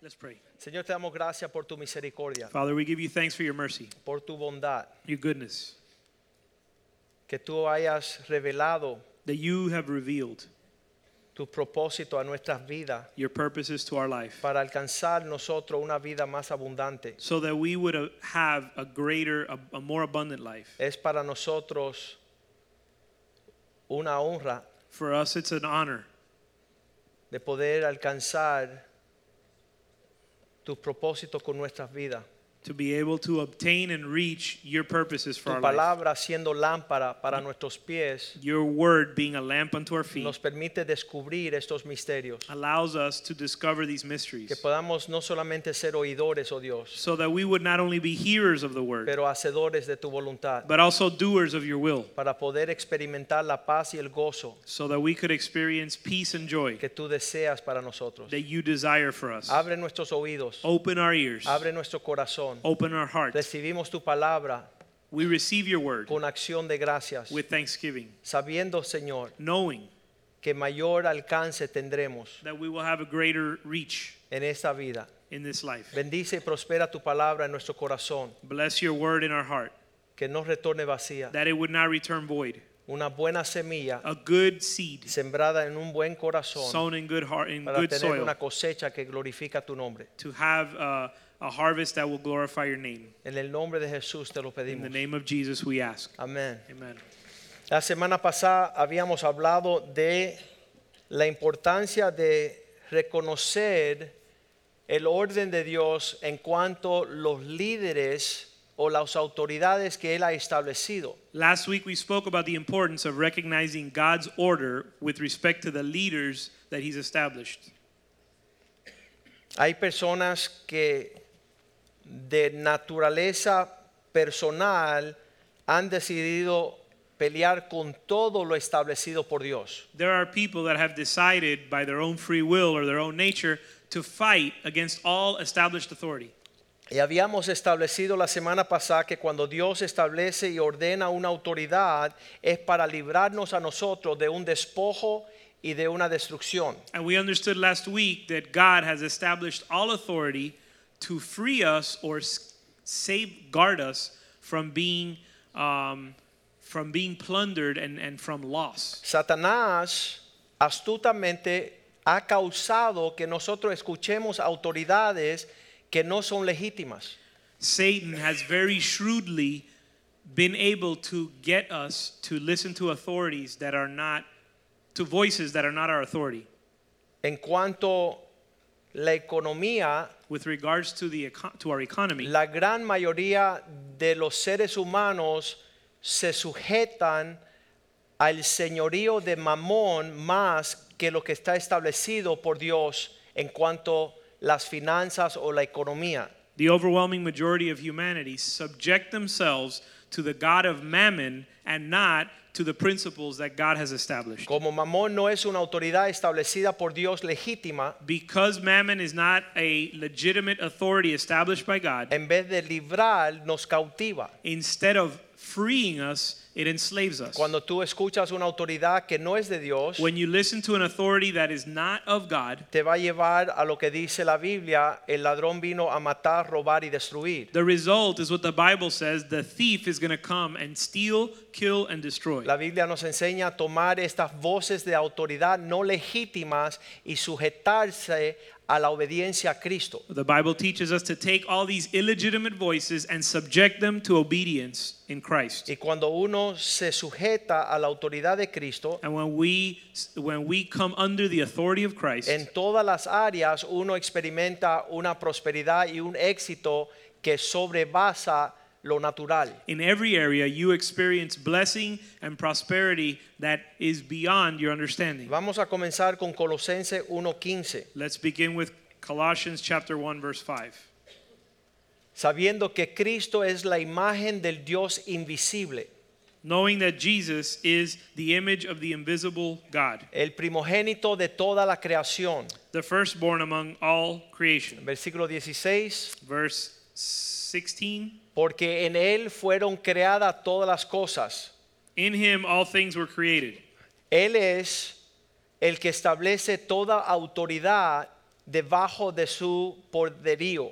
Let's pray. Señor, te damos gracias por tu misericordia, Father, we give you thanks for your mercy, por tu bondad, your goodness, que tú hayas revelado that you have revealed tu propósito a nuestras vidas your purposes to our life para alcanzar nosotros una vida más abundante. so that we would uh, have a greater, a, a more abundant life. Es para nosotros una honra For us, it's an honor de poder alcanzar tus propósitos con nuestras vidas. to be able to obtain and reach your purposes for Tu our life. palabra siendo lámpara para nuestros pies Your word being a lamp unto our feet nos permite descubrir estos misterios, allows us to discover these mysteries que podamos no solamente ser oidores, oh Dios, so that we would not only be hearers of the word, pero hacedores de tu voluntad. but also doers of your will, para poder experimentar la paz y el gozo so that we could experience peace and joy que tú deseas para nosotros. that you desire for us. Abre nuestros oídos, Open our ears. abre nuestro corazón. Open our hearts. Recibimos tu palabra We receive your word con acción de gracias, with thanksgiving, sabiendo, Señor, knowing que mayor alcance tendremos that we will have a greater reach en esta vida. in this life. Bendice y prospera tu palabra en nuestro corazón, Bless your word in our heart, que no retorne vacía. that it would not return void. Una buena semilla A good seed sembrada en un buen corazón sown in good heart in para good tener soil una cosecha que glorifica tu nombre. to have uh, a harvest that will glorify your name. En el nombre de Jesús te lo In the pedimos. name of Jesus we ask. Amén. Amen. La semana pasada habíamos hablado de la importancia de reconocer el orden de Dios en cuanto los líderes o las autoridades que Él ha establecido. Last week we spoke about the importance of recognizing God's order with respect to the leaders that he's established. Hay personas que de naturaleza personal han decidido pelear con todo lo establecido por Dios. There are people that have decided by their own free will or their own nature to fight against all established authority. Y habíamos establecido la semana pasada que cuando Dios establece y ordena una autoridad es para librarnos a nosotros de un despojo y de una destrucción. And we understood last week that God has established all authority to free us or s- safeguard us from being um, from being plundered and, and from loss. Satanás astutamente ha causado que nosotros escuchemos autoridades que no son legítimas. Satan has very shrewdly been able to get us to listen to authorities that are not to voices that are not our authority. En cuanto la economía, With regards to the eco- to our economy, la gran mayoría de los seres humanos se sujetan al señorío de Mamón más que lo que está establecido por Dios en cuanto las finanzas o la economía. The overwhelming majority of humanity subject themselves to the God of mammon and not to the principles that God has established. Como Mamón no es una autoridad establecida por Dios legítima, Because mammon is not a legitimate authority established by God, en vez de librar, nos cautiva. instead of freeing us, it enslaves us. Cuando tú escuchas una autoridad que no es de Dios, When you listen to an authority that is not of God, te va a llevar a lo que dice la Biblia, el ladrón vino a matar, robar y destruir. the result is what the Bible says the thief is going to come and steal, kill, and destroy. La Biblia nos enseña a tomar estas voces de autoridad no legítimas y sujetarse a la obediencia a Cristo. The Bible teaches us to take all these illegitimate voices and subject them to obedience in Christ. Y cuando uno se sujeta a la autoridad de Cristo, And when we when we come under the authority of Christ, en todas las áreas uno experimenta una prosperidad y un éxito que sobrepasa lo natural. in every area you experience blessing and prosperity that is beyond your understanding. Vamos a comenzar con Colosenses 1.15. Let's begin with Colossians chapter 1 verse 5. sabiendo que Cristo es la imagen del Dios invisible, knowing that Jesus is the image of the invisible God, el primogénito de toda la creación. the firstborn among all creation. Versículo 16, Verse 16 porque en Él fueron creadas todas las cosas. In him all things were created. Él es el que establece toda autoridad debajo de su poderío.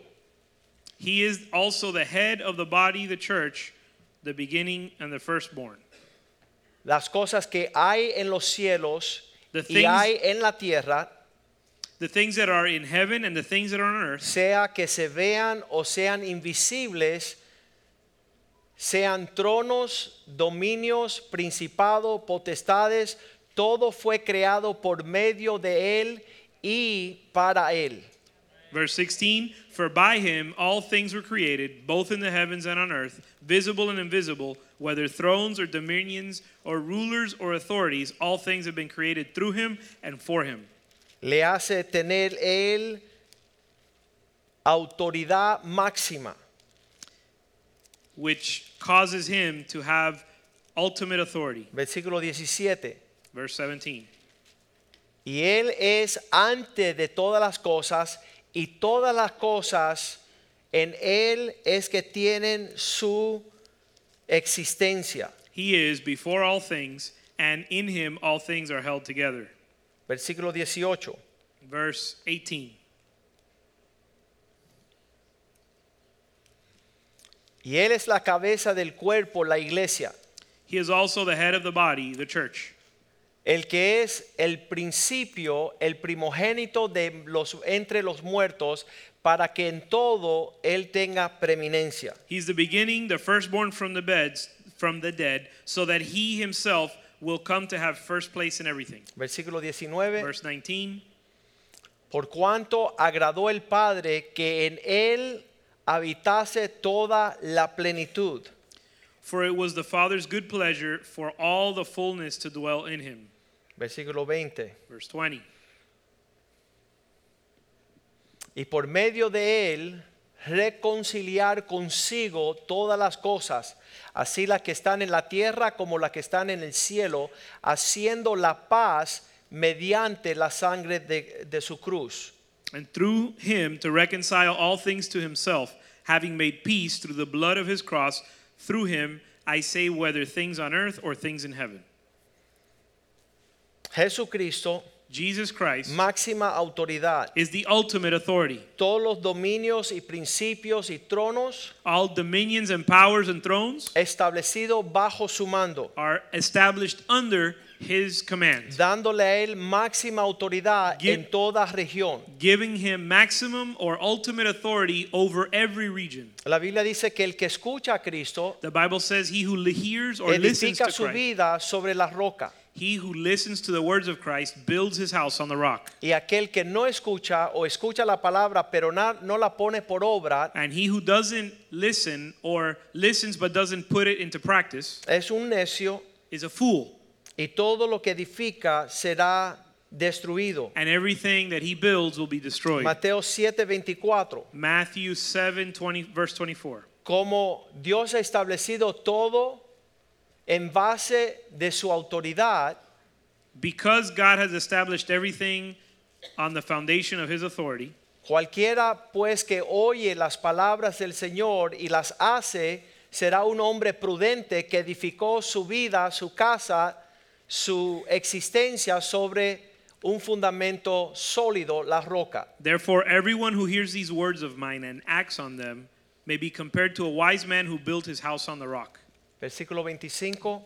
He is also the head of the body, the church, the beginning and the firstborn. Las cosas que hay en los cielos The y things- hay en la tierra, The things that are in heaven and the things that are on earth, sea que se vean o sean invisibles, sean tronos, dominios, principados, potestades, todo fue creado por medio de Él y para Él. Verse 16 For by him all things were created, both in the heavens and on earth, visible and invisible, whether thrones or dominions or rulers or authorities, all things have been created through him and for him. le hace tener él autoridad máxima. which causes him to have ultimate authority. Versículo 17. Verse 17. Y él es antes de todas las cosas y todas las cosas en él es que tienen su existencia. He is before all things, and in him all things are held together. Versículo 18. Verse 18. Y él es la cabeza del cuerpo, la iglesia, He is also the head of the body, the church, el que es el principio, el primogénito de los entre los muertos, para que en todo él tenga preeminencia. He's the beginning, the firstborn from the beds, from the dead, so that he himself will come to have first place in everything. Versículo 19. Verse 19. Por cuanto agradó el Padre que en él habitase toda la plenitud. For it was the Father's good pleasure for all the fullness to dwell in him. Versículo 20. Verse 20. Y por medio de él reconciliar consigo todas las cosas, así las que están en la tierra como las que están en el cielo, haciendo la paz mediante la sangre de, de su cruz. and through him to reconcile all things to himself, having made peace through the blood of his cross. Through him, I say, whether things on earth or things in heaven. Jesucristo, Jesus Christ máxima autoridad. is the ultimate authority. Todos los dominios y principios y tronos All dominions and powers and thrones establecido bajo su mando, are established under his command, dándole a él máxima autoridad Give- en toda región. giving him maximum or ultimate authority over every region. La Biblia dice que el que escucha a Cristo The Bible says, He who li- hears or listens edifica to su Christ, vida sobre la roca he who listens to the words of Christ builds his house on the rock. y aquel que no escucha o escucha la palabra pero na- no la pone por obra And he who doesn't listen or listens but doesn't put it into practice es un necio is a fool, y todo lo que edifica será destruido. and everything that he builds will be destroyed. Mateo 7:24, Matthew 7 20, verse 24. como Dios ha establecido todo en base de su autoridad, Because God has established everything on the foundation of his authority, Cualquiera pues que oye las palabras del Señor y las hace, será un hombre prudente que edificó su vida, su casa, su existencia sobre un fundamento sólido, la roca. therefore everyone who hears these words of mine and acts on them may be compared to a wise man who built his house on the rock. Versículo 25.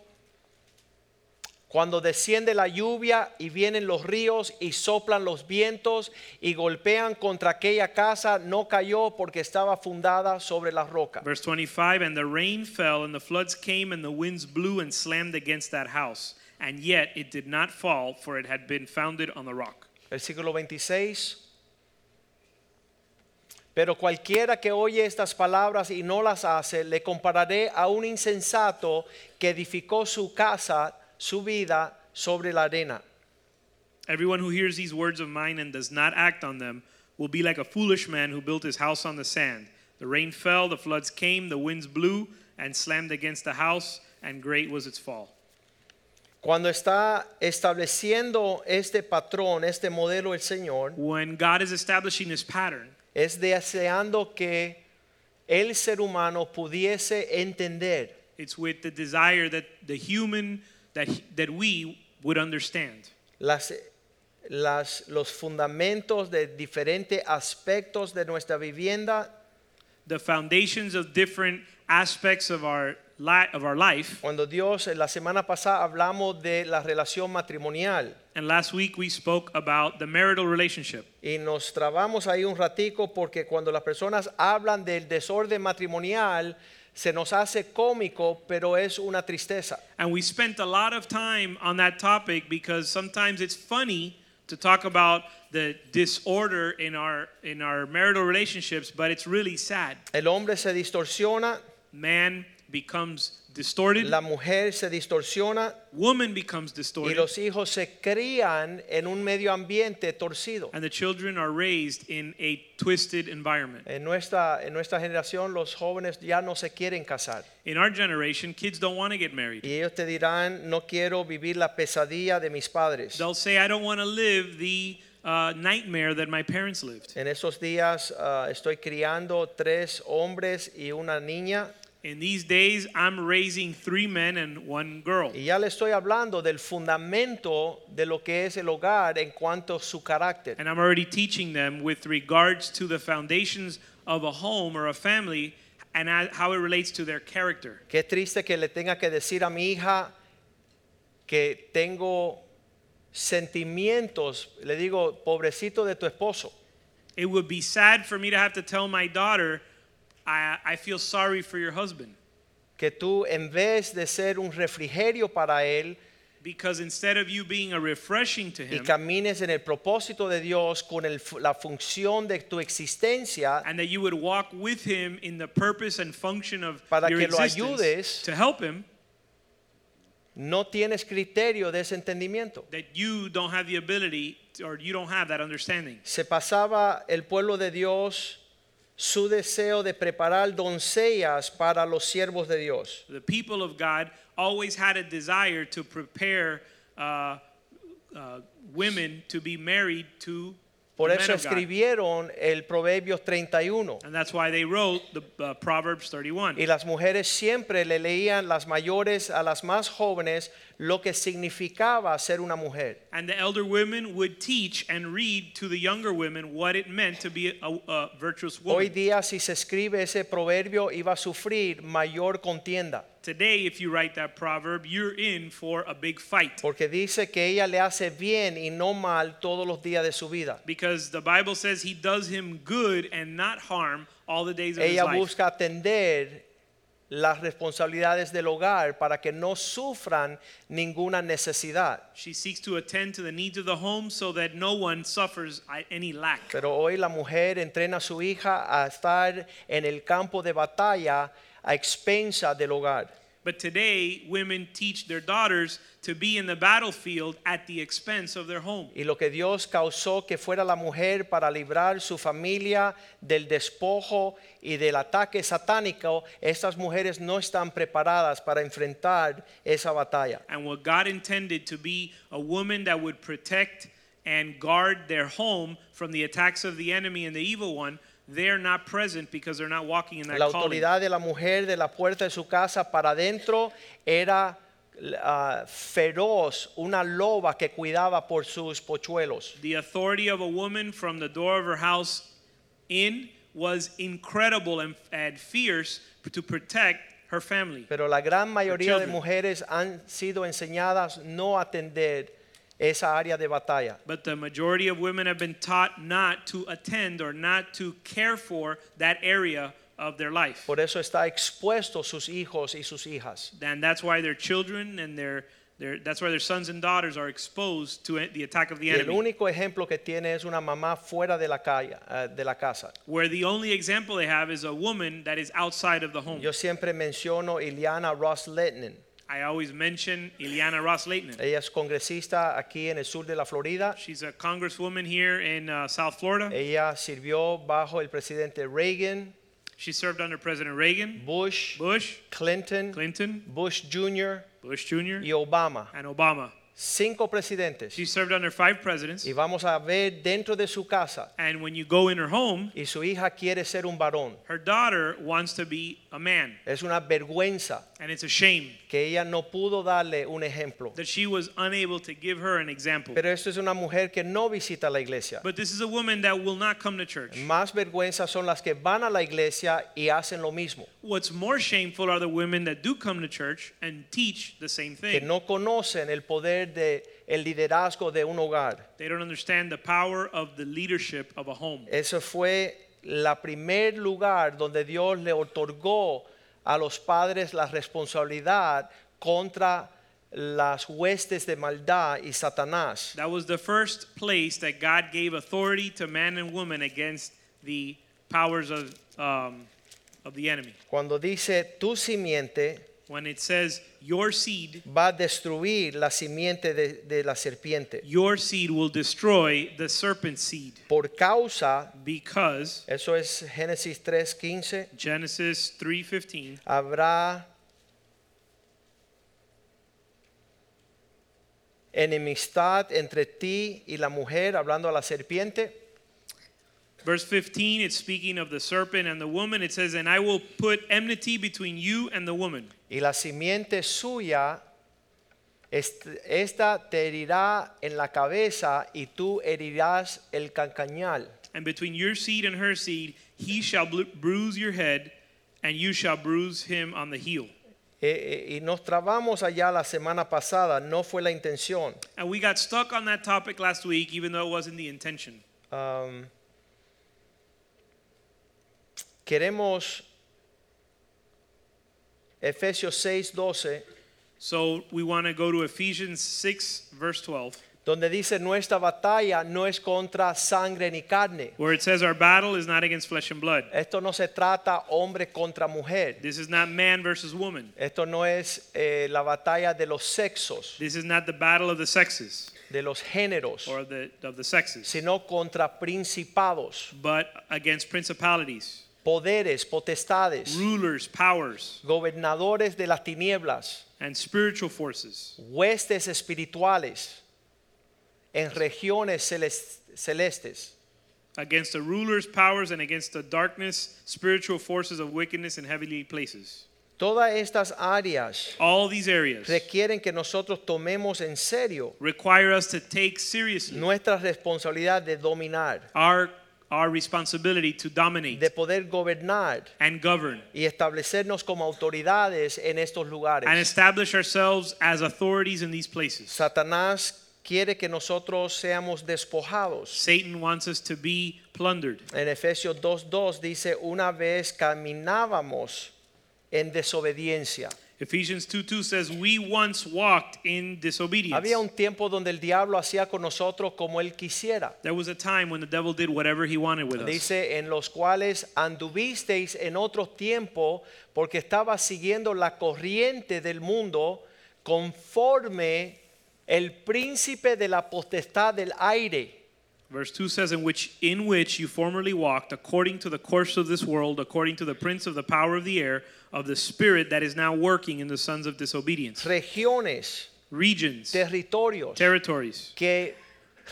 Cuando desciende la lluvia y vienen los ríos y soplan los vientos y golpean contra aquella casa, no cayó porque estaba fundada sobre la roca. Verse 25 And the rain fell, and the floods came, and the winds blew and slammed against that house. And yet it did not fall, for it had been founded on the rock. Versículo 26. Pero cualquiera que oye estas palabras y no las hace, le compararé a un insensato que edificó su casa, su vida, sobre la arena. Everyone who hears these words of mine and does not act on them will be like a foolish man who built his house on the sand. The rain fell, the floods came, the winds blew and slammed against the house, and great was its fall. Cuando está estableciendo este patrón, este modelo el Señor, When God is establishing this pattern, es deseando que el ser humano pudiese entender it's with the desire that the human that he- that we would understand las, las- los fundamentos de diferentes aspectos de nuestra vivienda the foundations of different aspects of our li- of our life. Cuando Dios, eh, la semana pasada hablamos de la relación matrimonial And last week we spoke about the marital relationship. y nos trabamos ahí un ratico porque cuando las personas hablan del desorden matrimonial se nos hace cómico, pero es una tristeza. And we spent a lot of time on that topic because sometimes it's funny to talk about the disorder in our in our marital relationships, but it's really sad. El hombre se distorsiona, Man becomes distorted, la mujer se distorsiona woman becomes y distorted, los hijos se crían en un medio ambiente torcido. and the children are raised in a twisted environment. En nuestra, en nuestra generación los jóvenes ya no se quieren casar In our generation, kids don't want to get married. y ellos te dirán, no quiero vivir la pesadilla de mis padres. They'll say, "I don't want to live the uh, nightmare that my parents lived." En esos días ah, estoy criando tres hombres y una niña In these days, I'm raising three men and one girl. y ya le estoy hablando del fundamento de lo que es el hogar en cuanto a su carácter. And I'm already teaching them with regards to the foundations of a home or a family and a- how it relates to their character. Qué triste que le tenga que decir a mi hija que tengo sentimientos, le digo, pobrecito de tu esposo. It would be sad for me to have to tell my daughter, I, I feel sorry for your husband. Que tú en vez de ser un refrigerio para él Because instead of you being a refreshing to y him, camines en el propósito de Dios con el fu- la función de tu existencia, and that you would walk with him in the purpose and function of Para your que lo existence ayudes. to help him, no tienes criterio de ese entendimiento. that you don't have the ability to- or you don't have that understanding. Se pasaba el pueblo de Dios su deseo de preparar doncellas para los siervos de Dios. The people of God always had a desire to prepare uh, uh, women to be married to Por the eso men of God. escribieron el Proverbios 31. And that's why they wrote the uh, Proverbs 31. Y las mujeres siempre le leían las mayores a las más jóvenes lo que significaba ser una mujer. And the elder women would teach and read to the younger women what it meant to be a, a virtuous Hoy woman. día si se escribe ese proverbio iba a sufrir mayor contienda, Today, if you write that proverb, you're in for a big fight. porque dice que ella le hace bien y no mal todos los días de su vida. Because the Bible says he does him good and not harm all the days of his Ella life. busca atender las responsabilidades del hogar para que no sufran ninguna necesidad. She seeks to attend to the needs of the home so that no one suffers uh, any lack. Pero hoy la mujer entrena a su hija a estar en el campo de batalla a expensa del hogar. But today, women teach their daughters to be in the battlefield at the expense of their home. Y lo que Dios causó que fuera la mujer para librar su familia del despojo y del ataque satánico, estas mujeres no están preparadas para enfrentar esa batalla. And what God intended to be a woman that would protect and guard their home from the attacks of the enemy and the evil one, they're not present because they're not walking in that La calling. autoridad de la mujer de la puerta de su casa para adentro era ah, feroz, una loba que cuidaba por sus pochuelos. The authority of a woman from the door of her house in was incredible and, and fierce to protect her family. Pero la gran mayoría de children. mujeres han sido enseñadas no a atender esa área de batalla. But the majority of women have been taught not to attend or not to care for that area of their life. Por eso está expuesto sus hijos y sus hijas. And that's why their children and their, their that's why their sons and daughters are exposed to it- the attack of the Y el enemy. único ejemplo que tiene es una mamá fuera de la calle, ah, de la casa. Where the only example they have is a woman that is outside of the home. Yo siempre menciono Ileana Ross Letnin. I always mention Ileana Ross Leighton. Ella es congresista aquí en el sur de la Florida. She's a congresswoman here in uh, South Florida. Ella sirvió bajo el presidente Reagan She served under President Reagan, Bush, Bush, Clinton, Clinton, Bush Jr. Bush Jr., y Obama. and Obama. Cinco presidentes. She served under five presidents. Y vamos a ver dentro de su casa. And when you go in her home, Y su hija quiere ser un varón. her daughter wants to be a man. Es una vergüenza And it's a shame que ella no pudo darle un ejemplo. that she was unable to give her an example. Pero esto es una mujer que no visita la iglesia. But this is a woman that will not come to church. Más vergüenza son las que van a la iglesia y hacen lo mismo, What's more shameful are the women that do come to church and teach the same que thing. no conocen el poder de el liderazgo de un hogar. They don't understand the power of the leadership of a home. Eso fue la primer lugar donde Dios le otorgó a los padres la responsabilidad contra las huestes de maldad y Satanás. That was the first place that God gave authority to man and woman against the powers of, um, of the enemy. Cuando dice tu simiente When it says, Your seed, va a destruir la simiente de, de la serpiente your seed will destroy the serpent's seed. por causa, Because eso es Génesis 3:15, Genesis 3:15 habrá enemistad entre ti y la mujer, hablando a la serpiente, verse 15 it's speaking of the serpent and the woman it says and I will put enmity between you and the woman y la simiente suya, est- esta te herirá en la cabeza y tú herirás el cancañal. and between your seed and her seed he shall bru- bruise your head and you shall bruise him on the heel Eh, eh, y nos trabamos allá la semana pasada, no fue la intención. and we got stuck on that topic last week even though it wasn't the intention Um, queremos Efesios 6:12, so we want to go to Ephesians 6 verse 12 donde dice nuestra batalla no es contra sangre ni carne. where it says our battle is not against flesh and blood Esto no se trata hombre contra mujer. this is not man versus woman Esto no es eh, la batalla de los sexos, this is not the battle of the sexes de los géneros, or the of the sexes sino contra principados, but against principalities, poderes, potestades, rulers, powers, gobernadores de las tinieblas. and spiritual forces huestes espirituales en regiones celes- celestes. against the rulers, powers, and against the darkness, spiritual forces of wickedness in heavenly places. Todas estas áreas All these areas requieren que nosotros tomemos en serio require us to take seriously nuestra responsabilidad de dominar, our our responsibility to dominate de poder gobernar and govern y establecernos como autoridades en estos and lugares. establish ourselves as authorities in these places. Satanás quiere que nosotros seamos despojados. Satan wants us to be plundered. En Efesios 2.2 dice, una vez caminábamos en desobediencia. Ephesians 2 2 says, We once walked in disobedience. Había un tiempo donde el diablo hacía con nosotros como él quisiera. There was a time when the devil did whatever he wanted with us. Dice, en los cuales anduvisteis en otro tiempo porque estabas siguiendo la corriente del mundo conforme el príncipe de la potestad del aire, Verse 2 says, in which, in which you formerly walked, according to the course of this world, according to the prince of the power of the air, of the spirit that is now working in the sons of disobedience. regiones, Regions, territorios territories que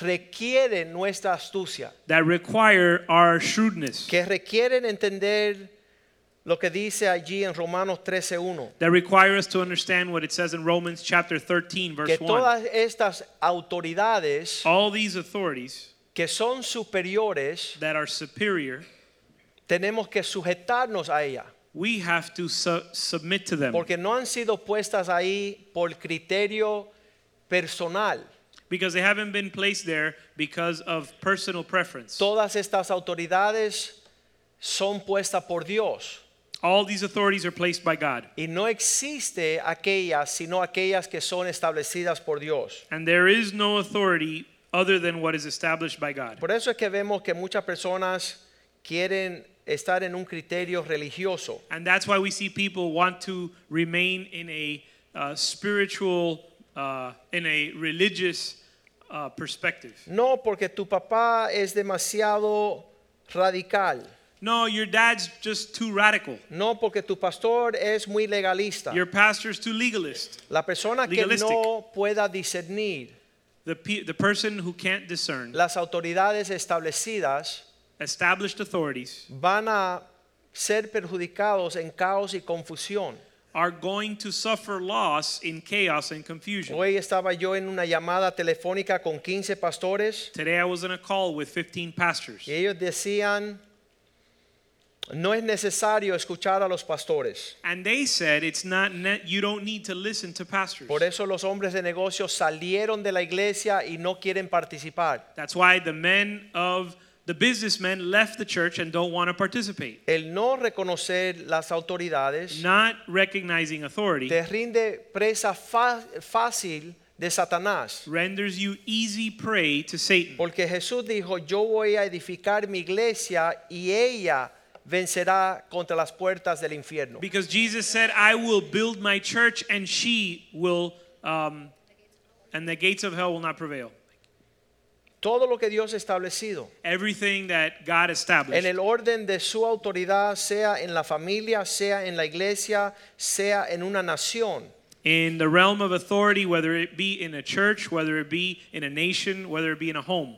requieren nuestra astucia, that require our shrewdness, que requieren entender lo que dice allí en Romanos 13.1. that require us to understand what it says in Romans chapter 13, que verse 1. todas estas autoridades All these authorities que son superiores that are superior, tenemos que sujetarnos a ella we have to su- submit to them porque no han sido puestas ahí por criterio personal because they haven't been placed there because of personal preference. todas estas autoridades son puestas por Dios All these authorities are placed by God. y no existe aquellas sino aquellas que son establecidas por Dios And there is no authority other than what is established by God. por eso es que vemos que muchas personas quieren estar en un criterio religioso And that's why we see people want to remain in a uh, spiritual, uh, in a religious uh, perspective. No, porque tu papá es demasiado radical. No, your dad's just too radical. No porque tu pastor es muy legalista. Your pastor's too legalist. La persona que legalistic. no pueda discernir The, pe- the person who can't discern las autoridades establecidas established authorities van a ser perjudicados en caos y confusión. are going to suffer loss in chaos and confusion. Hoy estaba yo en una llamada telefónica con 15 pastores Today I was on a call with 15 pastors. y ellos decían, no es necesario escuchar a los pastores. And they said it's not ne- you don't need to listen to pastors. Por eso los hombres de negocios salieron de la iglesia y no quieren participar. That's why the men of the businessmen left the church and don't want to participate. El no reconocer las autoridades Not recognizing authority te rinde presa fa- fácil de Satanás. renders you easy prey to Satan. Porque Jesús dijo, yo voy a edificar mi iglesia y ella vencerá contra las puertas del infierno. Because Jesus said, I will build my church and she will, um, and the gates of hell will not prevail. Todo lo que Dios ha establecido Everything that God en established, el orden de su autoridad, sea en la familia, sea en la iglesia, sea en una nación, in the realm of authority, whether it be in a church, whether it be in a nation, whether it be in a home,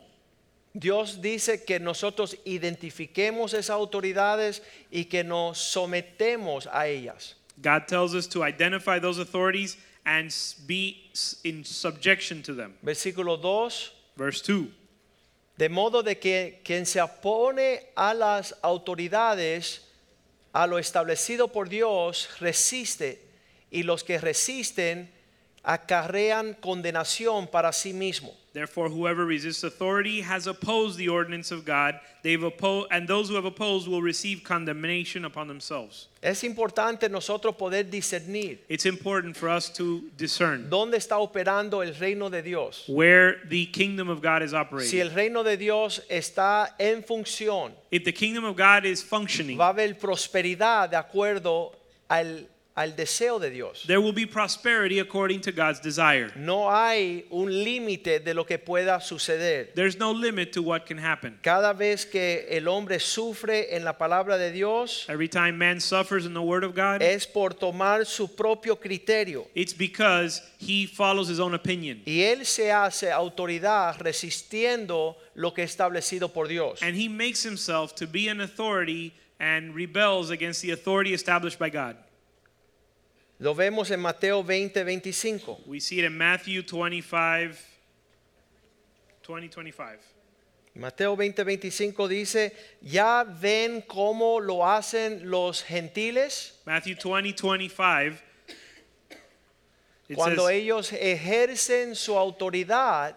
Dios dice que nosotros identifiquemos esas autoridades y que nos sometemos a ellas. God tells us to identify those authorities and s- be s- in subjection to them. Versículo 2. Verse 2. De modo de que quien se opone a las autoridades, a lo establecido por Dios, resiste. Y los que resisten acarrean condenación para sí mismo. Therefore, whoever resists authority has opposed the ordinance of God. They've opposed, and those who have opposed will receive condemnation upon themselves. Es importante nosotros poder discernir It's important for us to discern dónde está operando el reino de Dios. where the kingdom of God is Si el operating. reino de Dios está en función, If the kingdom of God is functioning, va a haber prosperidad de acuerdo al, al deseo de Dios. there will be prosperity according to God's desire. No hay un límite de lo que pueda suceder. There's no limit to what can happen. Cada vez que el hombre sufre en la palabra de Dios Every time man suffers in the word of God, es por tomar su propio criterio It's because he follows his own opinion. y él se hace autoridad resistiendo lo que es establecido por Dios. And he makes himself to be an authority and rebels against the authority established by God. Lo vemos en Mateo 20, 25. We see it in Matthew 25, 20, 25. Mateo 20, 25 dice, ya ven cómo lo hacen los gentiles Matthew 20, 25. It cuando says, ellos ejercen su autoridad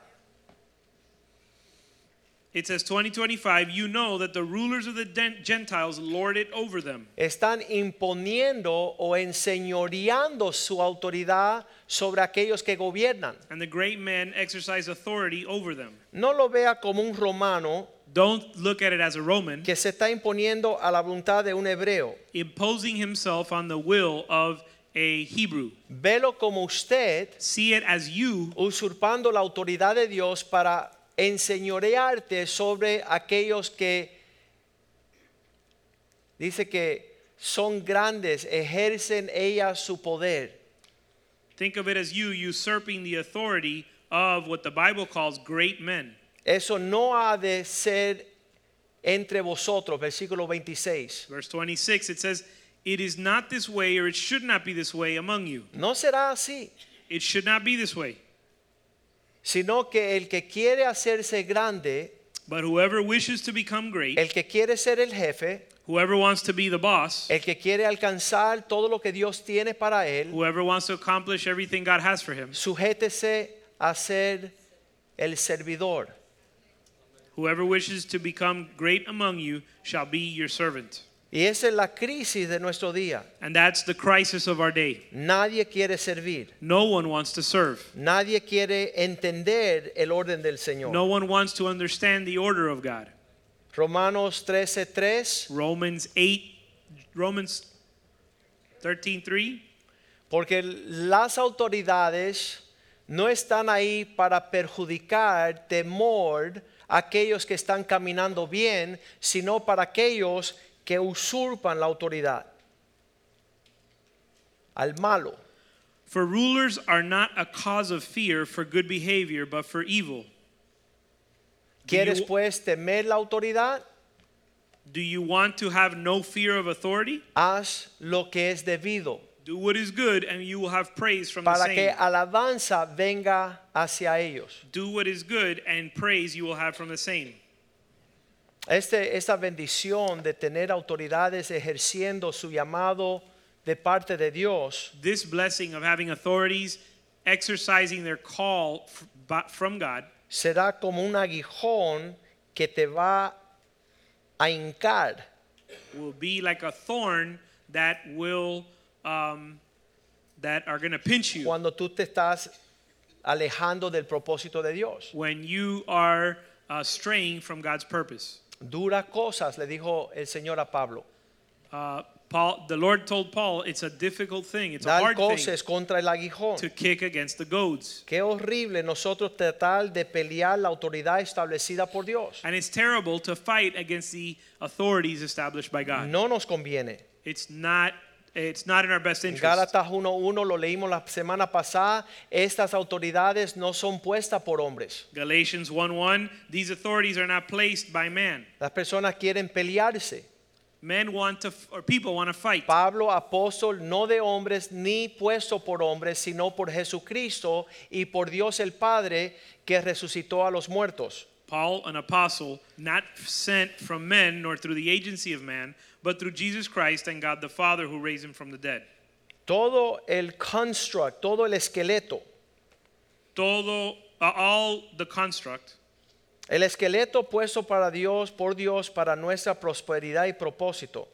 it says 20, 25, you know that the rulers of the den- Gentiles lord it over them. están imponiendo o enseñoreando su autoridad sobre aquellos que gobiernan. And the great men exercise authority over them. No lo vea como un romano Don't look at it as a Roman que se está imponiendo a la voluntad de un hebreo. imposing himself on the will of a Hebrew. Velo como usted see it as you usurpando la autoridad de Dios para enseñorearte sobre aquellos que dice que son grandes, ejercen ellas su poder. think of it as you usurping the authority of what the bible calls great men Eso no ha de ser entre vosotros, versículo 26. verse 26 it says it is not this way or it should not be this way among you No será así, it should not be this way sino que el que quiere hacerse grande, but whoever wishes to become great el que quiere ser el jefe, whoever wants to be the boss el que quiere alcanzar todo lo que Dios tiene para él, whoever wants to accomplish everything god has for him sujétese a ser el servidor. whoever wishes to become great among you shall be your servant Y esa es la crisis de nuestro día. and that's the crisis of our day Nadie quiere servir, no one wants to serve nadie quiere entender el orden del Señor. no one wants to understand the order of god Romanos 13:3. Romans 8 Romans 13:3 Porque las autoridades no están ahí para perjudicar, temor a aquellos que están caminando bien, sino para aquellos que usurpan la autoridad, al malo. For rulers are not a cause of fear for good behavior, but for evil. Do ¿Quieres you- pues temer la autoridad? do you want to have no fear of authority? Haz lo que es debido Do what is good, and you will have praise from the para que same. alabanza venga hacia ellos. Do what is good, and praise you will have from the same. Este, esta bendición de tener autoridades ejerciendo su llamado de parte de Dios This blessing of having authorities exercising their call f- by- from God será como un aguijón que te va a hincar will be like a thorn that will um, that are going to pinch you cuando tú te estás alejando del propósito de Dios. when you are uh, straying from God's purpose. Duras cosas, le dijo el Señor a Pablo. Uh, Paul, the Lord told Paul, it's a difficult thing. It's a Dar hard thing cosas contra el aguijón. to kick against the goads. Qué horrible nosotros tratar de pelear la autoridad establecida por Dios. And it's terrible to fight against the authorities established by God. No nos conviene. It's not it's not in our best En interest. Gálatas 1.1 lo leímos la semana pasada. Estas autoridades no son puestas por hombres. Galatians 1:1 These authorities are not placed by man. Las personas quieren pelearse. Men want to f- or people want to fight. Pablo, apóstol, no de hombres, ni puesto por hombres, sino por Jesucristo y por Dios el Padre que resucitó a los muertos. Paul, an apostle, not sent from men nor through the agency of man, but through Jesus Christ and God the Father who raised him from the dead. Todo el construct, todo el esqueleto. Todo uh, all the construct El esqueleto puesto para Dios, por Dios, para nuestra prosperidad y propósito.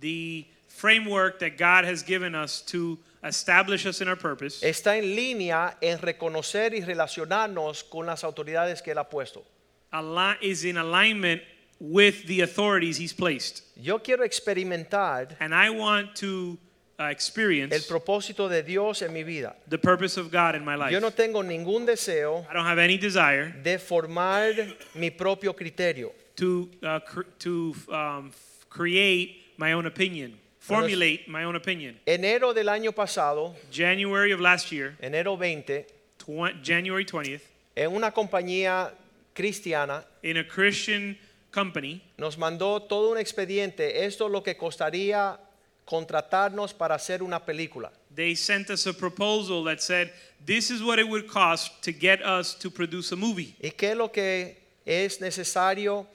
the framework that God has given us to establish us in our purpose Está en línea en reconocer y relacionarnos con las autoridades que Él ha puesto. ali- is in alignment with the authorities he's placed. Yo quiero experimentar And I want to uh, el experience propósito de Dios en mi vida. the purpose of God in my life. Yo no tengo ningún deseo I don't have any desire de formar mi propio criterio. to, uh, cr- to um, f- create my own opinion, formulate my own opinion. Enero del año pasado, January of last year, enero 20, tw- January 20th, en una compañía cristiana in a Christian company, nos mandó todo un expediente. Esto es lo que costaría contratarnos para hacer una película. they sent us a proposal that said, this is what it would cost to get us to produce a movie. ¿Y qué es lo que es necesario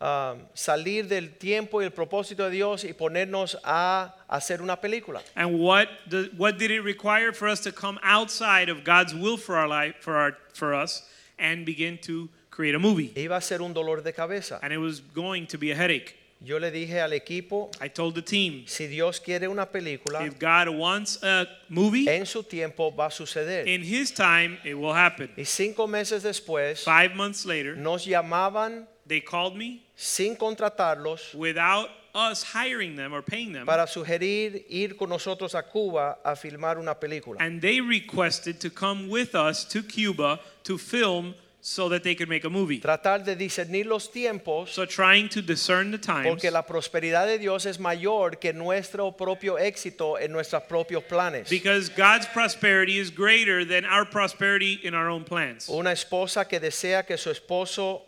um, salir del tiempo y el propósito de Dios y ponernos a hacer una película? And what, the, what did it require for us to come outside of God's will for our life, for, our, for us, and begin to create a movie? Iba a ser un dolor de cabeza. And it was going to be a headache. Yo le dije al equipo, I told the team, si Dios quiere una película, if God wants a movie, en su tiempo va a suceder. in His time, it will happen. Y cinco meses después Five months later, nos llamaban they called me sin contratarlos without us hiring them or paying them, para sugerir ir con nosotros a Cuba a filmar una película. and they requested to come with us to Cuba to film so that they could make a movie. Tratar de discernir los tiempos So, trying to discern the times. Porque la prosperidad de Dios es mayor que nuestro propio éxito en nuestros propios planes. Because God's prosperity is greater than our prosperity in our own plans. Una esposa que desea que su esposo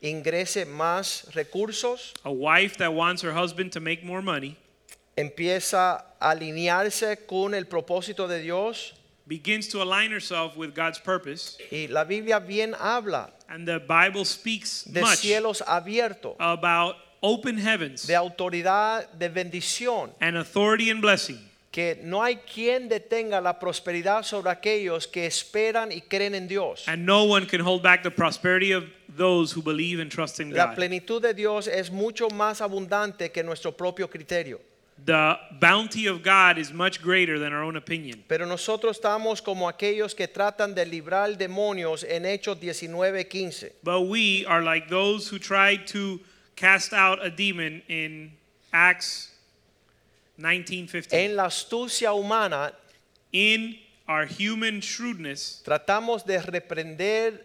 ingrese más recursos A wife that wants her husband to make more money empieza a alinearse con el propósito de Dios begins to align herself with God's purpose, y la Biblia bien habla and the Bible speaks de much cielos abiertos, about open heavens de autoridad, de bendición, and authority and blessing. que no hay quien detenga la prosperidad sobre aquellos que esperan y creen en Dios. And no one can hold back the prosperity of those who believe and trust in La God. plenitud de Dios es mucho más abundante que nuestro propio criterio. The bounty of God is much greater than our own opinion. Pero nosotros estamos como aquellos que tratan de librar demonios en Hechos 19:15. But we are like those who tried to cast out a demon in Acts 19:15. En la astucia humana In our human shrewdness, tratamos de reprender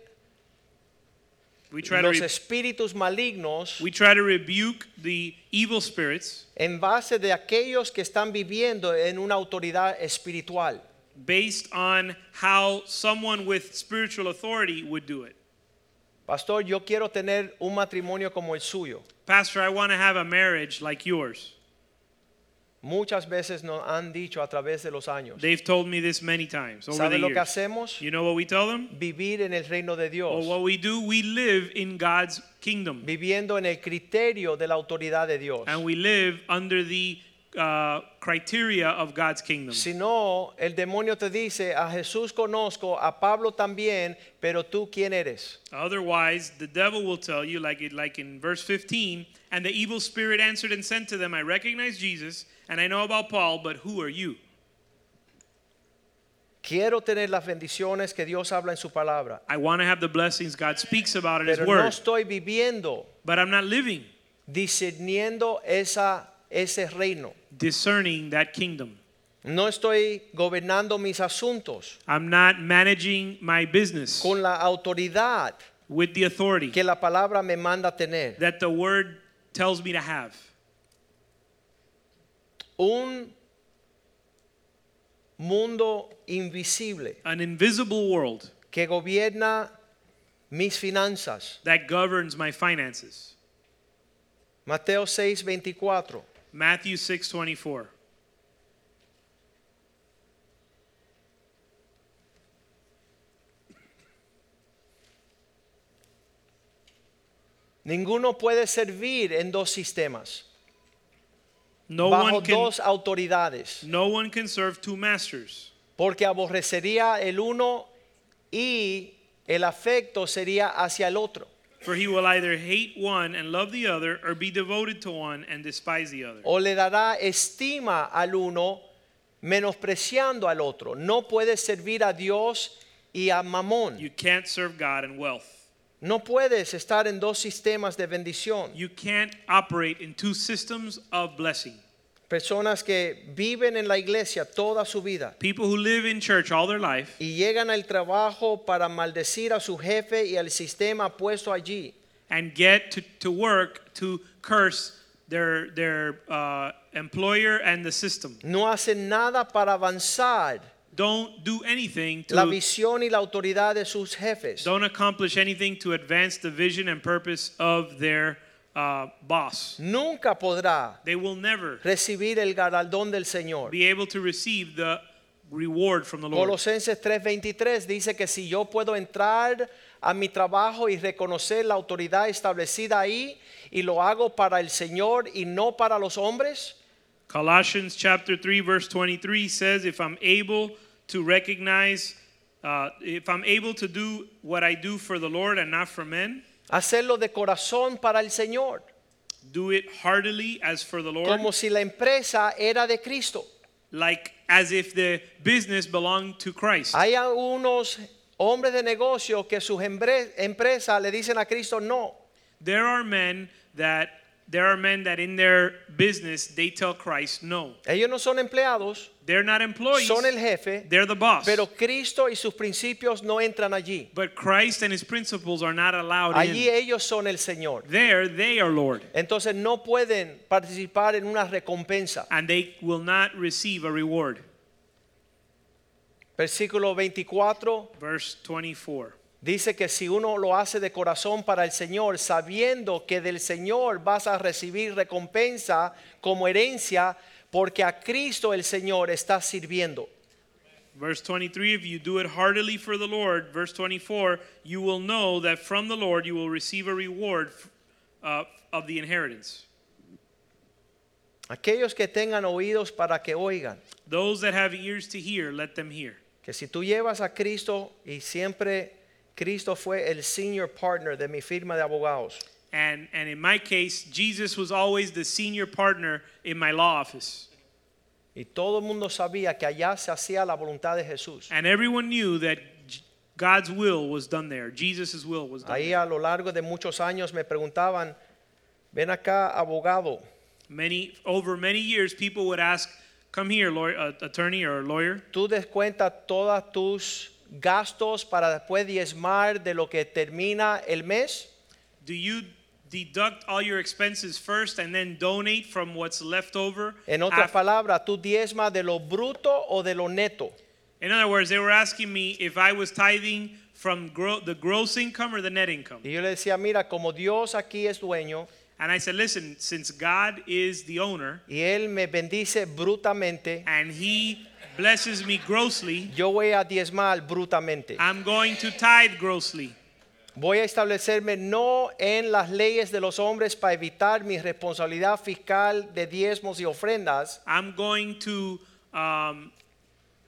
We try to los re- espíritus malignos we try to rebuke the evil spirits en base de aquellos que están viviendo en una autoridad espiritual. based on how someone with spiritual authority would do it. Pastor, yo quiero tener un matrimonio como el suyo. Pastor, I want to have a marriage like yours. Muchas veces nos han dicho a través de los años. They've told me this many times over ¿Sabe the lo que years. hacemos? You know what we tell them? Vivir en el reino Well, de Dios. what we do, we live in God's kingdom, Viviendo en el criterio de la autoridad de Dios. and we live under the uh, criteria of God's kingdom. Si no, el demonio te dice, a Jesús conozco, a Pablo también, pero tú quién eres. Otherwise, the devil will tell you, like it, like in verse 15, and the evil spirit answered and said to them, "I recognize Jesus, and I know about Paul, but who are you? Quiero tener las bendiciones que Dios habla en su palabra, I want to have the blessings God speaks about in His pero no Word, estoy viviendo but I'm not living discerniendo esa, ese reino. discerning that kingdom. No estoy gobernando mis asuntos I'm not managing my business con la autoridad with the authority que la palabra me manda tener. that the Word tells me to have." Un mundo invisible An invisible world que gobierna mis finanzas. that governs my finances. Mateo 6, 24. Matthew 6:24. Ninguno puede servir en dos sistemas, No bajo one can dos autoridades, no one can serve two masters. porque aborrecería el uno y el afecto sería hacia el otro. For he will either hate one and love the other, or be devoted to one and despise the other. O le dará estima al uno, menospreciando al otro. No puedes servir a Dios y a Mamón. You can't serve God and wealth. No puedes estar en dos sistemas de bendición. You can't operate in two systems of blessing. Personas que viven en la iglesia toda su vida People who live in church all their life y llegan al trabajo para maldecir a su jefe y al sistema puesto allí. and get to, to work to curse their, their uh, employer and the system. no hacen nada para avanzar Don't do anything la to visión y la autoridad de sus jefes. don't accomplish anything to advance the vision and purpose of their uh, boss. Nunca podrá They will never recibir el galardón del Señor. be able to receive the reward from the Lord. Colosenses 3:23 dice que si yo puedo entrar a mi trabajo y reconocer la autoridad establecida ahí y lo hago para el Señor y no para los hombres, Colossians chapter 3 verse 23 says if I'm able to recognize uh, if I'm able to do what I do for the Lord and not for men, hacerlo de corazón para el Señor, do it heartily as for the Lord, como si la empresa era de Cristo. like as if the business belonged to Christ. Hay algunos hombres de negocio que sus embre- empresas le dicen a Cristo no. There are men that there are men that in their business they tell Christ no. Ellos no son empleados, They're not employees. son el jefe, They're the boss. pero Cristo y sus principios no entran allí. but Christ and his principles are not allowed Allí in. ellos son el Señor. There they are Lord. Entonces no pueden participar en una recompensa. And they will not receive a reward. Versículo 24 Verse 24. dice que si uno lo hace de corazón para el Señor, sabiendo que del Señor vas a recibir recompensa como herencia, porque a Cristo el Señor está sirviendo. Verse 23 If you do it heartily for the Lord, verse 24, you will know that from the Lord you will receive a reward uh, of the inheritance. Aquellos que tengan oídos para que oigan, Those that have ears to hear, let them hear. que si tú llevas a Cristo y siempre Cristo fue el senior partner de mi firma de abogados, And, and in my case, Jesus was always the senior partner in my law office. y todo el mundo sabía que allá se hacía la voluntad de Jesús. And everyone knew that J- God's will was done there, Jesus' will was done. Ahí There. a lo largo de muchos años me preguntaban, ven acá abogado, Many, over many years, people would ask, Come here, lawyer, uh, attorney or lawyer. tú descuentas todos tus gastos para después diezmar de lo que termina el mes. Do you deduct all your expenses first and then donate from what's left over? En af- otras palabras, tú diezmas de lo bruto o de lo neto. In other words, they were asking me if I was tithing from gro- the gross income or the net income. Y yo le decía, mira, como Dios aquí es dueño And I said, listen, since God is the owner y Él me bendice brutamente, and He blesses me grossly, yo voy a diezmar brutamente. I'm going to tithe grossly. Voy a establecerme no en las leyes de los hombres para evitar mi responsabilidad fiscal de diezmos y ofrendas, I'm going to um,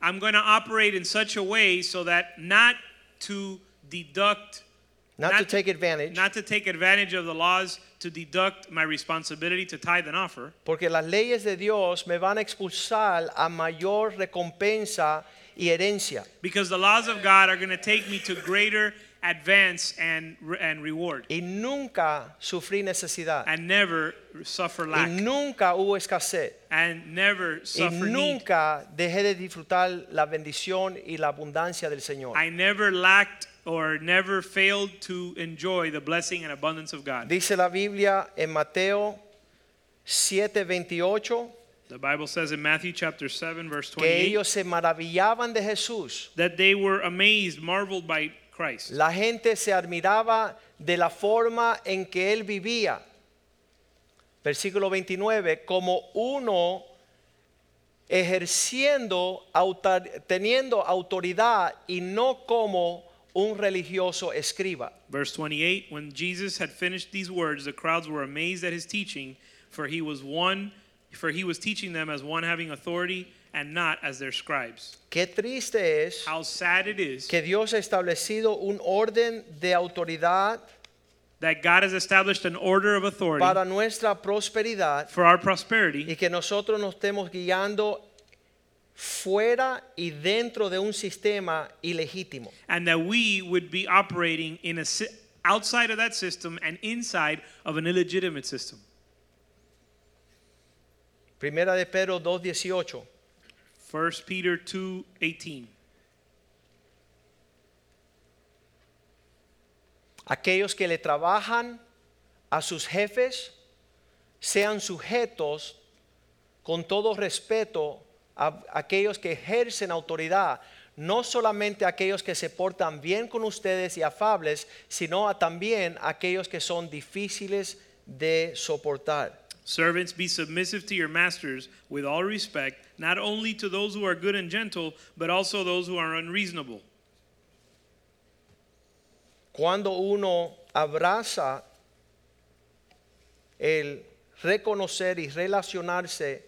I'm going to operate in such a way so that not to deduct not, Not to to- take advantage, not to take advantage of the laws to deduct my responsibility to tithe and offer porque las leyes de Dios me van a expulsar a mayor recompensa y herencia. because the laws of God are going to take me to greater advance and re- and reward Y nunca sufrí necesidad. and never suffer Y lack nunca hubo escasez. and never Y suffer need. nunca dejé de disfrutar la bendición y la abundancia del Señor. I never lacked or never failed to enjoy the blessing and abundance of God. Dice la Biblia en Mateo 7:28 The Bible says in Matthew chapter 7 verse que 28 ellos se maravillaban de Jesús. that they were amazed, marveled by Christ. La gente se admiraba de la forma en que él vivía. Versículo 29, como uno ejerciendo, auta- teniendo autoridad y no como un religioso escriba. Verse 28 When Jesus had finished these words, the crowds were amazed at his teaching, for he was one, for he was teaching them as one having authority and not as their scribes. Qué triste es How sad it is que Dios ha establecido un orden de autoridad that God has established an order of authority para nuestra prosperidad for our y prosperity, que nosotros nos estemos guiando fuera y dentro de un sistema ilegítimo. and that we would be operating in a si- outside of that system and inside of an illegitimate system. Primera de Pedro 2:18. 1 Peter 2:18. Aquellos que le trabajan a sus jefes sean sujetos con todo respeto a aquellos que ejercen autoridad, no solamente a aquellos que se portan bien con ustedes y afables, sino a también a aquellos que son difíciles de soportar. Servants, be submissive to your masters with all respect, not only to those who are good and gentle, but also those who are unreasonable. cuando uno abraza el reconocer y relacionarse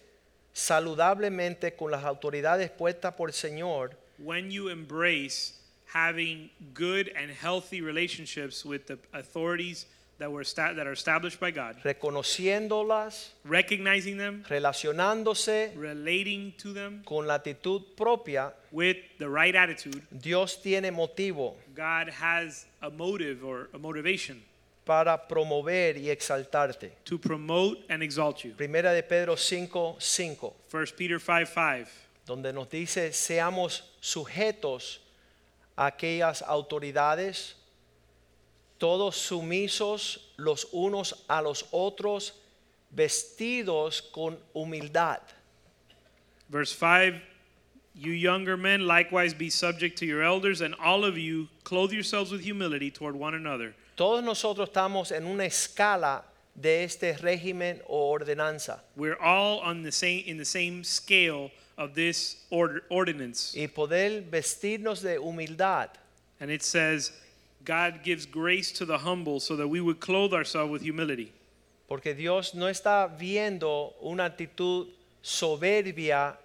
saludablemente con las autoridades puestas por el Señor, When you embrace having good and healthy relationships with the authorities that, were sta- that are established by God, reconociéndolas, recognizing them, relacionándose relating to them con la actitud propia, with the right attitude, Dios tiene motivo God has a motive or a motivation para promover y exaltarte. to promote and exalt you. Primera de Pedro 5, 5. 1 Peter 5 5. donde nos dice seamos sujetos a aquellas autoridades, todos sumisos los unos a los otros, vestidos con humildad. Verse 5 You younger men likewise be subject to your elders, and all of you clothe yourselves with humility toward one another. Todos nosotros estamos en una escala de este régimen o ordenanza We're all on the same in the same scale of this order, ordinance. y poder vestirnos de humildad And it says, God gives grace to the humble so that we would clothe ourselves with humility. Porque Dios no está viendo una actitud soberbia,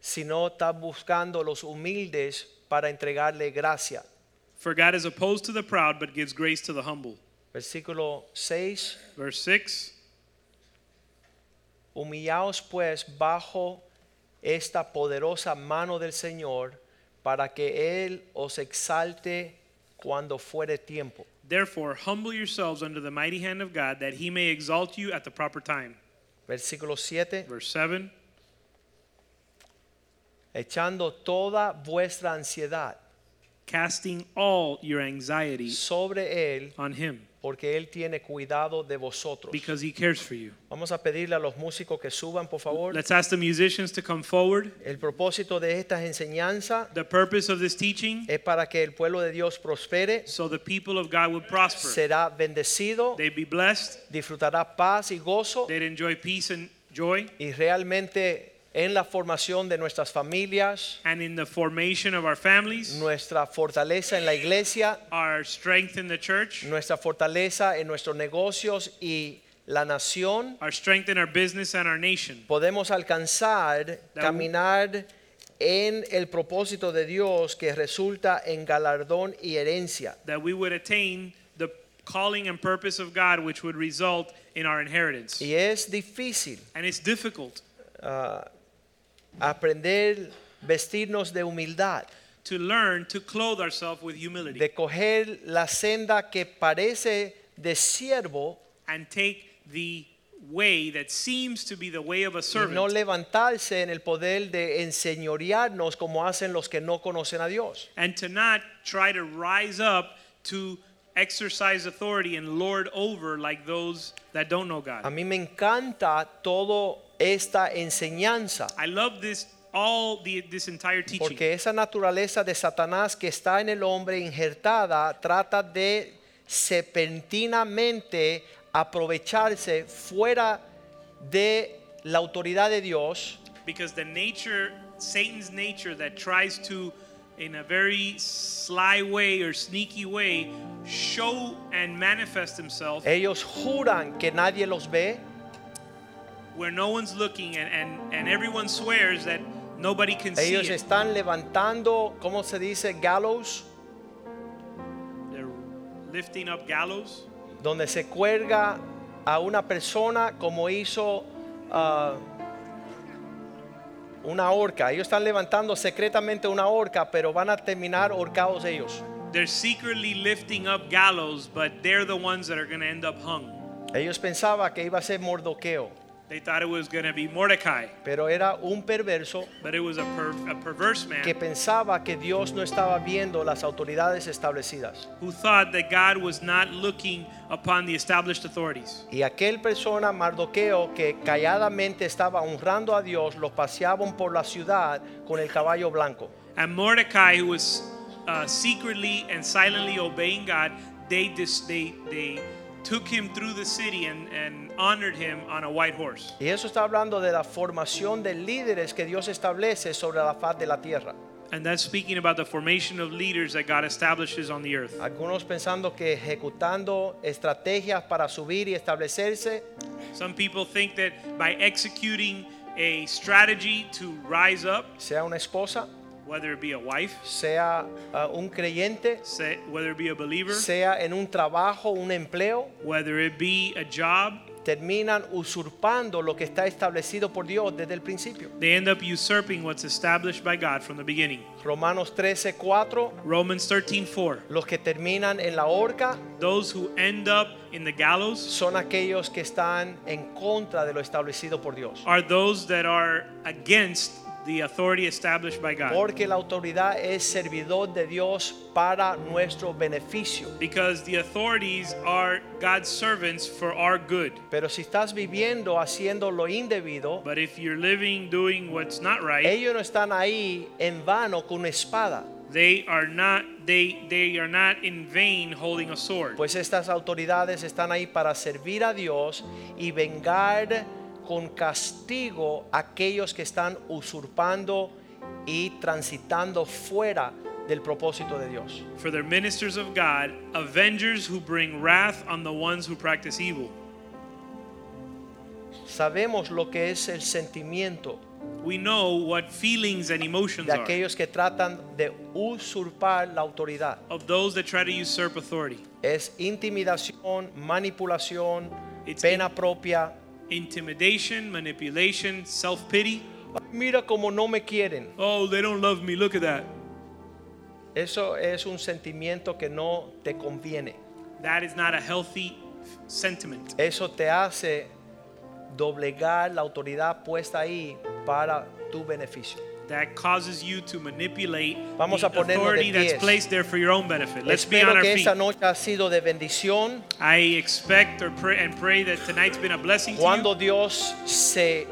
sino está buscando los humildes para entregarle gracia. For God is opposed to the proud, but gives grace to the humble. Versículo 6. Verse 6 Humillaos pues bajo esta poderosa mano del Señor para que Él os exalte cuando fuere tiempo. Therefore, humble yourselves under the mighty hand of God, that he may exalt you at the proper time. Versículo 7. Verse 7 Echando toda vuestra ansiedad Casting all your anxiety sobre Él on him porque Él tiene cuidado de vosotros. because He cares for you. Vamos a pedirle a los músicos que suban, por favor. Let's ask the musicians to come forward. El propósito de estas enseñanzas The purpose of this teaching es para que el pueblo de Dios prospere, so the people of God would prosper. será bendecido, They'd be blessed, disfrutará paz y gozo they'd enjoy peace and joy. y realmente en la formación de nuestras familias, And in the formation of our families, nuestra fortaleza en la iglesia, our strength in the church, nuestra fortaleza en nuestros negocios y la nación, our strength in our business and our nation. podemos alcanzar, La- caminar en el propósito de Dios que resulta en galardón y herencia. That we would attain the calling and purpose of God, which would result in our inheritance. Y es difícil And it's difficult ah, aprender, vestirnos de humildad, to learn to clothe ourselves with humility de coger la senda que parece de siervo and take the way that seems to be the way of a y no servant levantarse en el poder de enseñorearnos como hacen los que no conocen a Dios. and to not try to rise up to exercise authority and lord over like those that don't know A God. mí me encanta toda esta enseñanza. I love this all the this entire teaching. Porque esa naturaleza de Satanás que está en el hombre injertada trata de serpentinamente aprovecharse fuera de la autoridad de Dios Because the nature, Satan's nature, that tries to, in a very sly way or sneaky way, show and manifest himself ellos juran que nadie los ve where no one's looking and, and, and everyone swears that nobody can see ellos it. están levantando ¿cómo se dice? gallows They're lifting up gallows donde se cuelga a una persona como hizo ah, una horca ellos están levantando secretamente una horca pero van a terminar horcados ellos they're secretly lifting up gallows but they're the ones that are going to end up hung Ellos pensaban que iba a ser Mordoqueo, they thought it was going to be mordecai pero era un perverso but it was a, per- a perverse que man pensaba que Dios no estaba viendo las autoridades establecidas. who thought that god was not looking upon the established authorities Y aquel persona, Mardoqueo, que calladamente estaba honrando a Dios, los paseaban por la ciudad con el caballo blanco. And Mordecai, who was uh, secretly and silently obeying God, they, dis- they, they took him through the city and, and honored him on a white horse. Y eso está hablando de la formación de líderes que Dios establece sobre la faz de la tierra. And that's speaking about the formation of leaders that God establishes on the earth. Algunos pensando que ejecutando estrategias para subir y establecerse, Some people think that by executing a strategy to rise up, sea una esposa, whether it be a wife, sea ah, un creyente, say, whether it be a believer, sea en un trabajo, un empleo, whether it be a job, terminan usurpando lo que está establecido por Dios desde el principio. they end up usurping what's established by God from the beginning. Romanos 13, 4, Romans 13 4. los que terminan en la horca Those who end up in the gallows son aquellos que están en contra de lo establecido por Dios. are those that are against the authority established by God. Porque la autoridad es servidor de Dios para nuestro beneficio. Because the authorities are God's servants for our good. Pero si estás viviendo haciendo lo indebido, But if you're living doing what's not right, ellos no están ahí en vano con una espada. they are not they they are not in vain holding a sword. Pues estas autoridades están ahí para servir a Dios y vengar con castigo a aquellos que están usurpando y transitando fuera del propósito de Dios. For they're ministers of God, avengers who bring wrath on the ones who practice evil. Sabemos lo que es el sentimiento We know what feelings and emotions de are aquellos que tratan de usurpar la autoridad. of those that try to usurp authority. Es intimidación, manipulación, It's pena in- propia. Intimidation, manipulation, self-pity. Mira cómo no me quieren. Oh, they don't love me. Look at that. Eso es un sentimiento que no te conviene. That is not a healthy f- sentiment. Eso te hace doblegar la autoridad puesta ahí para tu beneficio. that causes you to manipulate Vamos the a ponernos de authority that's pies. placed there for your own benefit. Let's be on Espero our que feet. esta noche ha sido de bendición I expect or pray and pray that tonight's been a blessing to cuando Dios se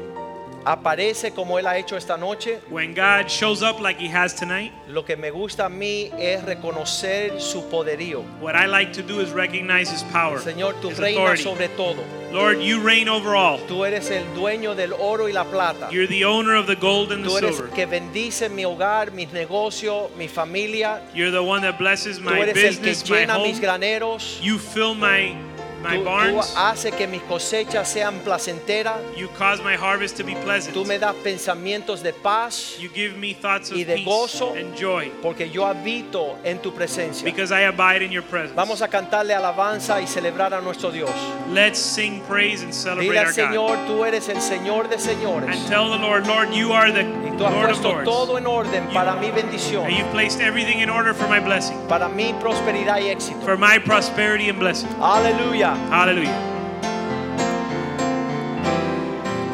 aparece como Él ha hecho esta noche. you. When God shows up like He has tonight, Lo que me gusta a mí es reconocer su poderío. what I like to do is recognize His power, Señor, tu His reinas authority. sobre todo. Lord, you reign over all. Tú eres el dueño del oro y la plata. You're the owner of the gold and the Tú eres silver. que bendice mi hogar, mis negocios, mi familia. You're the one that blesses Tú my eres el que business, my llena mis home. graneros. You fill my my Tú, tú barns. haces que mis cosechas sean placenteras. You cause my harvest to be pleasant. Tú me das pensamientos de paz You give me thoughts of y de peace gozo. and joy porque yo habito en tu presencia. because I abide in your presence. Vamos a cantarle alabanza y celebrar a nuestro Dios. Let's sing praise and celebrate Dile our God. al Señor, tú eres el Señor de señores. And tell the Lord, Lord, you are the Y tú has Lord of puesto Lords. todo en orden para mi bendición, And you've placed everything in order for my blessing, para mi prosperidad y éxito. for my prosperity and blessing. Aleluya. Hallelujah.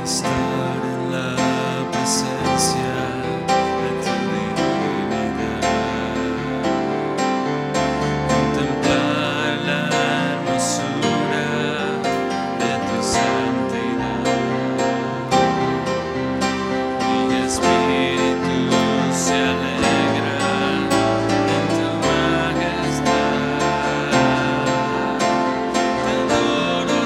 Estar en la presencia de tu divinidad, contemplar la hermosura de tu santidad. Mi espíritu se alegra en tu majestad. Te adoro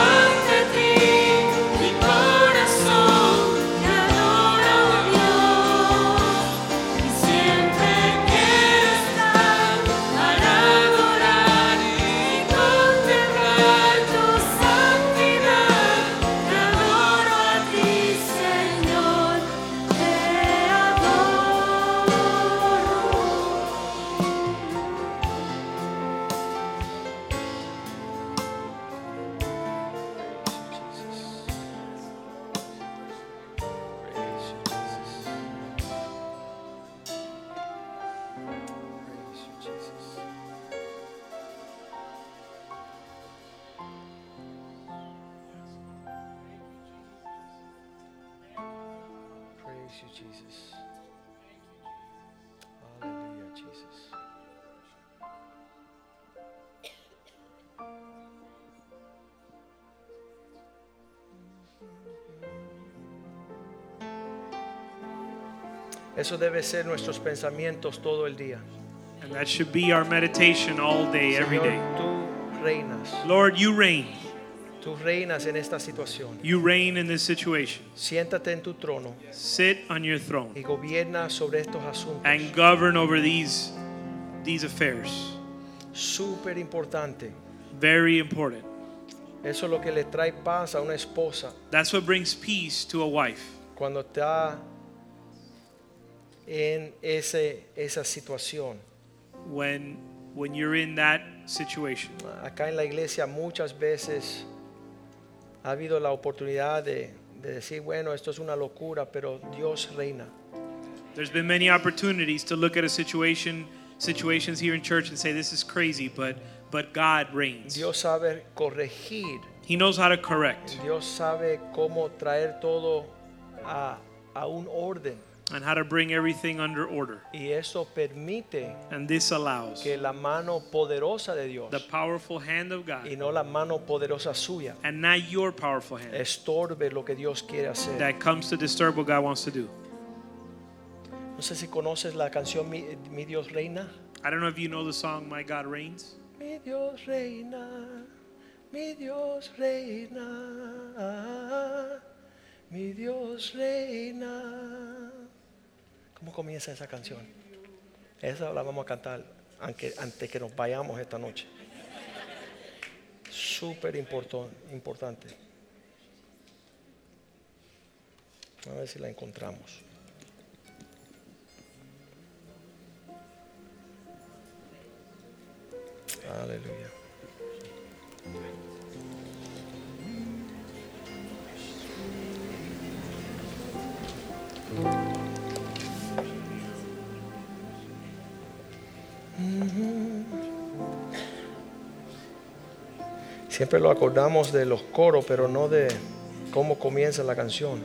oh Praise you, Jesus. Hallelujah, Jesus. Eso debe ser nuestros pensamientos todo el día. And that should be our meditation all day, every Señor, day. tú reinas. Lord, you reign. Tú reinas en esta situación. You reign in this situation. Siéntate en tu trono Sit on your throne y gobierna sobre estos asuntos. and govern over these these affairs. Súper importante. Very important. Eso es lo que le trae paz a una esposa That's what brings peace to a wife cuando está en ese, esa situación. when when you're in that situation. Acá en la iglesia muchas veces ha habido la oportunidad de, de decir, bueno, esto es una locura, pero Dios reina. There's been many opportunities to look at a situation situations here in church and say this is crazy, but but God reigns. Dios sabe corregir, He knows how to correct Dios sabe cómo traer todo a, a un orden. and how to bring everything under order. Y eso permite And this allows que la mano poderosa de Dios the powerful hand of y God no la mano poderosa suya and not your powerful hand estorbe lo que Dios quiere hacer. that comes to disturb what God wants to do. No sé si conoces la canción Mi, Mi Dios Reina. I don't know if you know the song My God Reigns. Mi Dios Reina, mi Dios Reina, mi Dios Reina. ¿Cómo comienza esa canción? Esa la vamos a cantar aunque, antes que nos vayamos esta noche. Súper importo- importante. A ver si la encontramos. Aleluya. Siempre lo acordamos de los coros, pero no de cómo comienza la canción.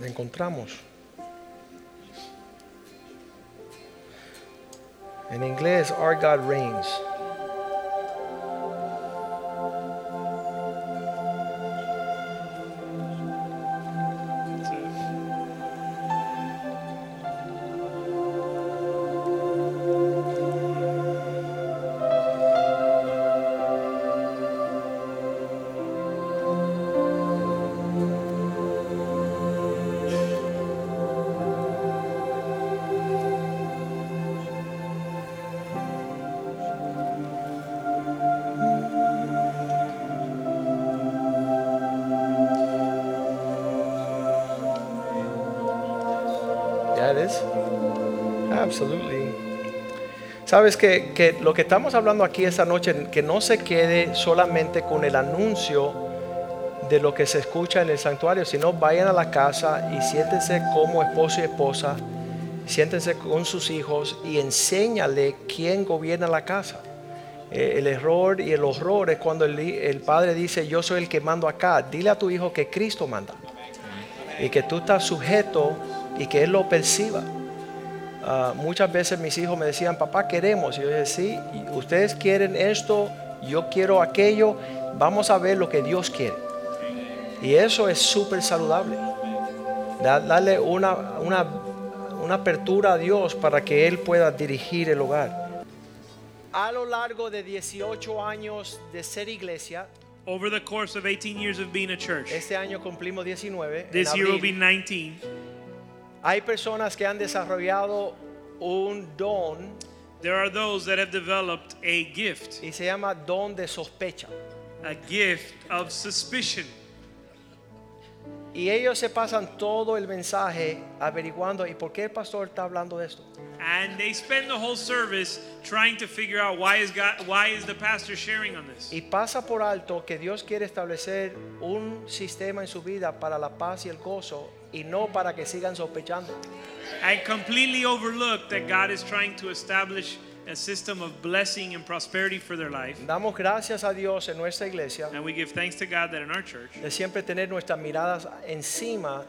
La encontramos. En inglés, Our God Reigns. It's a- Yeah, it is. Absolutely. Sabes que, que lo que estamos hablando aquí esta noche, que no se quede solamente con el anuncio de lo que se escucha en el santuario, sino vayan a la casa y siéntense como esposo y esposa, siéntense con sus hijos y enséñale quién gobierna la casa. Eh, El error y el horror es cuando el, el padre dice, yo soy el que mando acá. Dile a tu hijo que Cristo manda y que tú estás sujeto y que Él lo perciba. Ah, muchas veces mis hijos me decían, papá, queremos. Y yo decía, sí, y ustedes quieren esto, yo quiero aquello, vamos a ver lo que Dios quiere. Y eso es súper saludable. Da- darle una, una, una apertura a Dios para que Él pueda dirigir el hogar. A lo largo de 18 años de ser iglesia, Over the course of 18 years of being a church, este año cumplimos 19. en this year will be abril. 19. Hay personas que han desarrollado un don There are those that have developed a gift, y se llama don de sospecha. a gift of suspicion. Y ellos se pasan todo el mensaje averiguando, ¿y por qué el pastor está hablando de esto? And they spend the whole service trying to figure out why is God, why is the pastor sharing on this? Y pasa por alto que Dios quiere establecer un sistema en su vida para la paz y el gozo y no para que sigan sospechando. And completely overlook that God is trying to establish a system of blessing and prosperity for their life. Damos gracias a Dios en nuestra iglesia And we give thanks to God that in our church de siempre tener nuestras miradas encima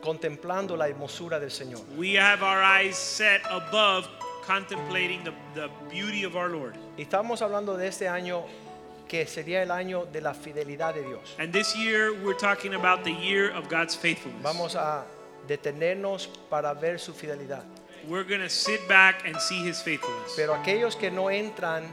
contemplando la hermosura del Señor. we have our eyes set above contemplating the, the beauty of our Lord. Y estamos hablando de este año que sería el año de la fidelidad de Dios. And this year we're talking about the year of God's faithfulness. Vamos a detenernos para ver su fidelidad. We're going to sit back and see his faithfulness. Pero aquellos que no entran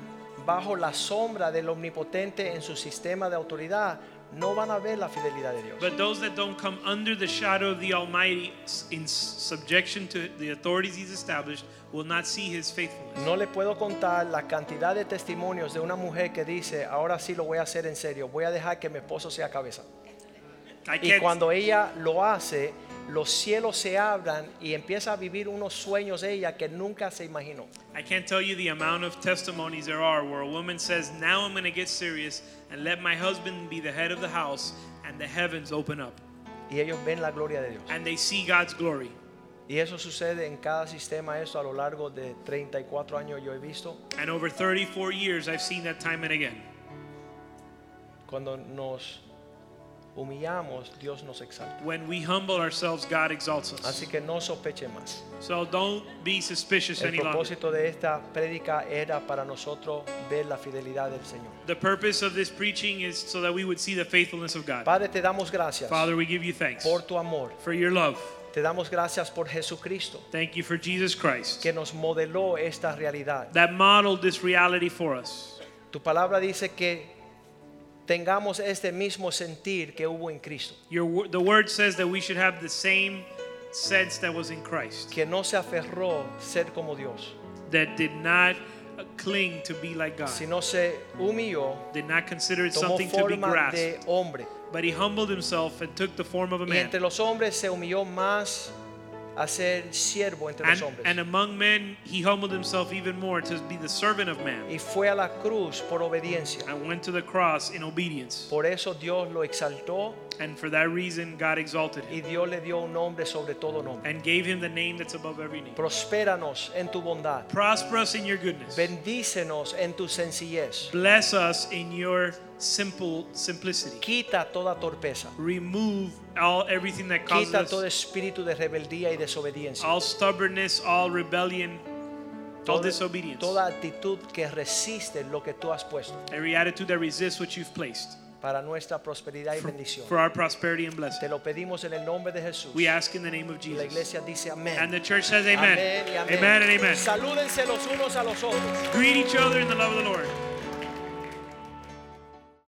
bajo la sombra del omnipotente en su sistema de autoridad no van a ver la fidelidad de Dios. But those that don't come under the shadow of the Almighty s- in s- subjection to the authorities he's established will not see his faithfulness. No le puedo contar la cantidad de testimonios de una mujer que dice, ahora sí lo voy a hacer en serio, voy a dejar que mi esposo sea cabeza. I Y can't, cuando ella lo hace, los cielos se abran y empieza a vivir unos sueños ella que nunca se imaginó. I can't tell you the amount of testimonies there are where a woman says, Now I'm going to get serious and let my husband be the head of the house, and the heavens open up. Y ellos ven la gloria de Dios. And they see God's glory. Y eso sucede en cada sistema, eso a lo largo de 34 años yo he visto. And over 34 years, I've seen that time and again. Cuando nos humillamos, Dios nos exalta. When we humble ourselves, God exalts us. Así que no sospeche más. So don't be suspicious El any longer. propósito de esta prédica era para nosotros ver la fidelidad del Señor. The purpose of this preaching is so that we would see the faithfulness of God. Padre, te damos gracias Father, we give you thanks por tu amor. for your love. Te damos gracias por Jesucristo, Thank you for Jesus Christ que nos modeló esta realidad. that modeled this reality for us. Tu palabra dice que tengamos este mismo sentir que hubo en Cristo, Your, wo- the word says that we should have the same sense that was in Christ, que no se aferró a ser como Dios, that did not uh, cling to be like God, sino se humilló, did not consider it tomó something to be forma grasped, de hombre. but he humbled himself and took the form of a Y man. entre los hombres se humilló más a ser siervo entre los And, and hombres. among men, he humbled himself even more to be the servant of man Y fue a la cruz por obediencia. and went to the cross in obedience. Por eso Dios lo exaltó And for that reason, God exalted him. y Dios le dio un nombre sobre todo nombre. and gave him the name that's above every name. Prospéranos en tu bondad. Prosper us in your goodness. Bendícenos en tu sencillez. Bless us in your simple simplicity. Quita toda torpeza. Remove all everything that causes Quita todo us, espíritu de rebeldía y desobediencia. all stubbornness, all rebellion, all Todo- disobedience, Toda actitud que resiste lo que tú has puesto every attitude that resists what you've placed para nuestra prosperidad y bendición. for our prosperity and Te blessing. lo pedimos en el nombre de Jesús. We ask in the name of Y la Jesus. iglesia dice amén. And the church says, Amén Amen. y amén. Amen and Amen. Salúdense los unos a los otros. Greet each other in the love of the Lord.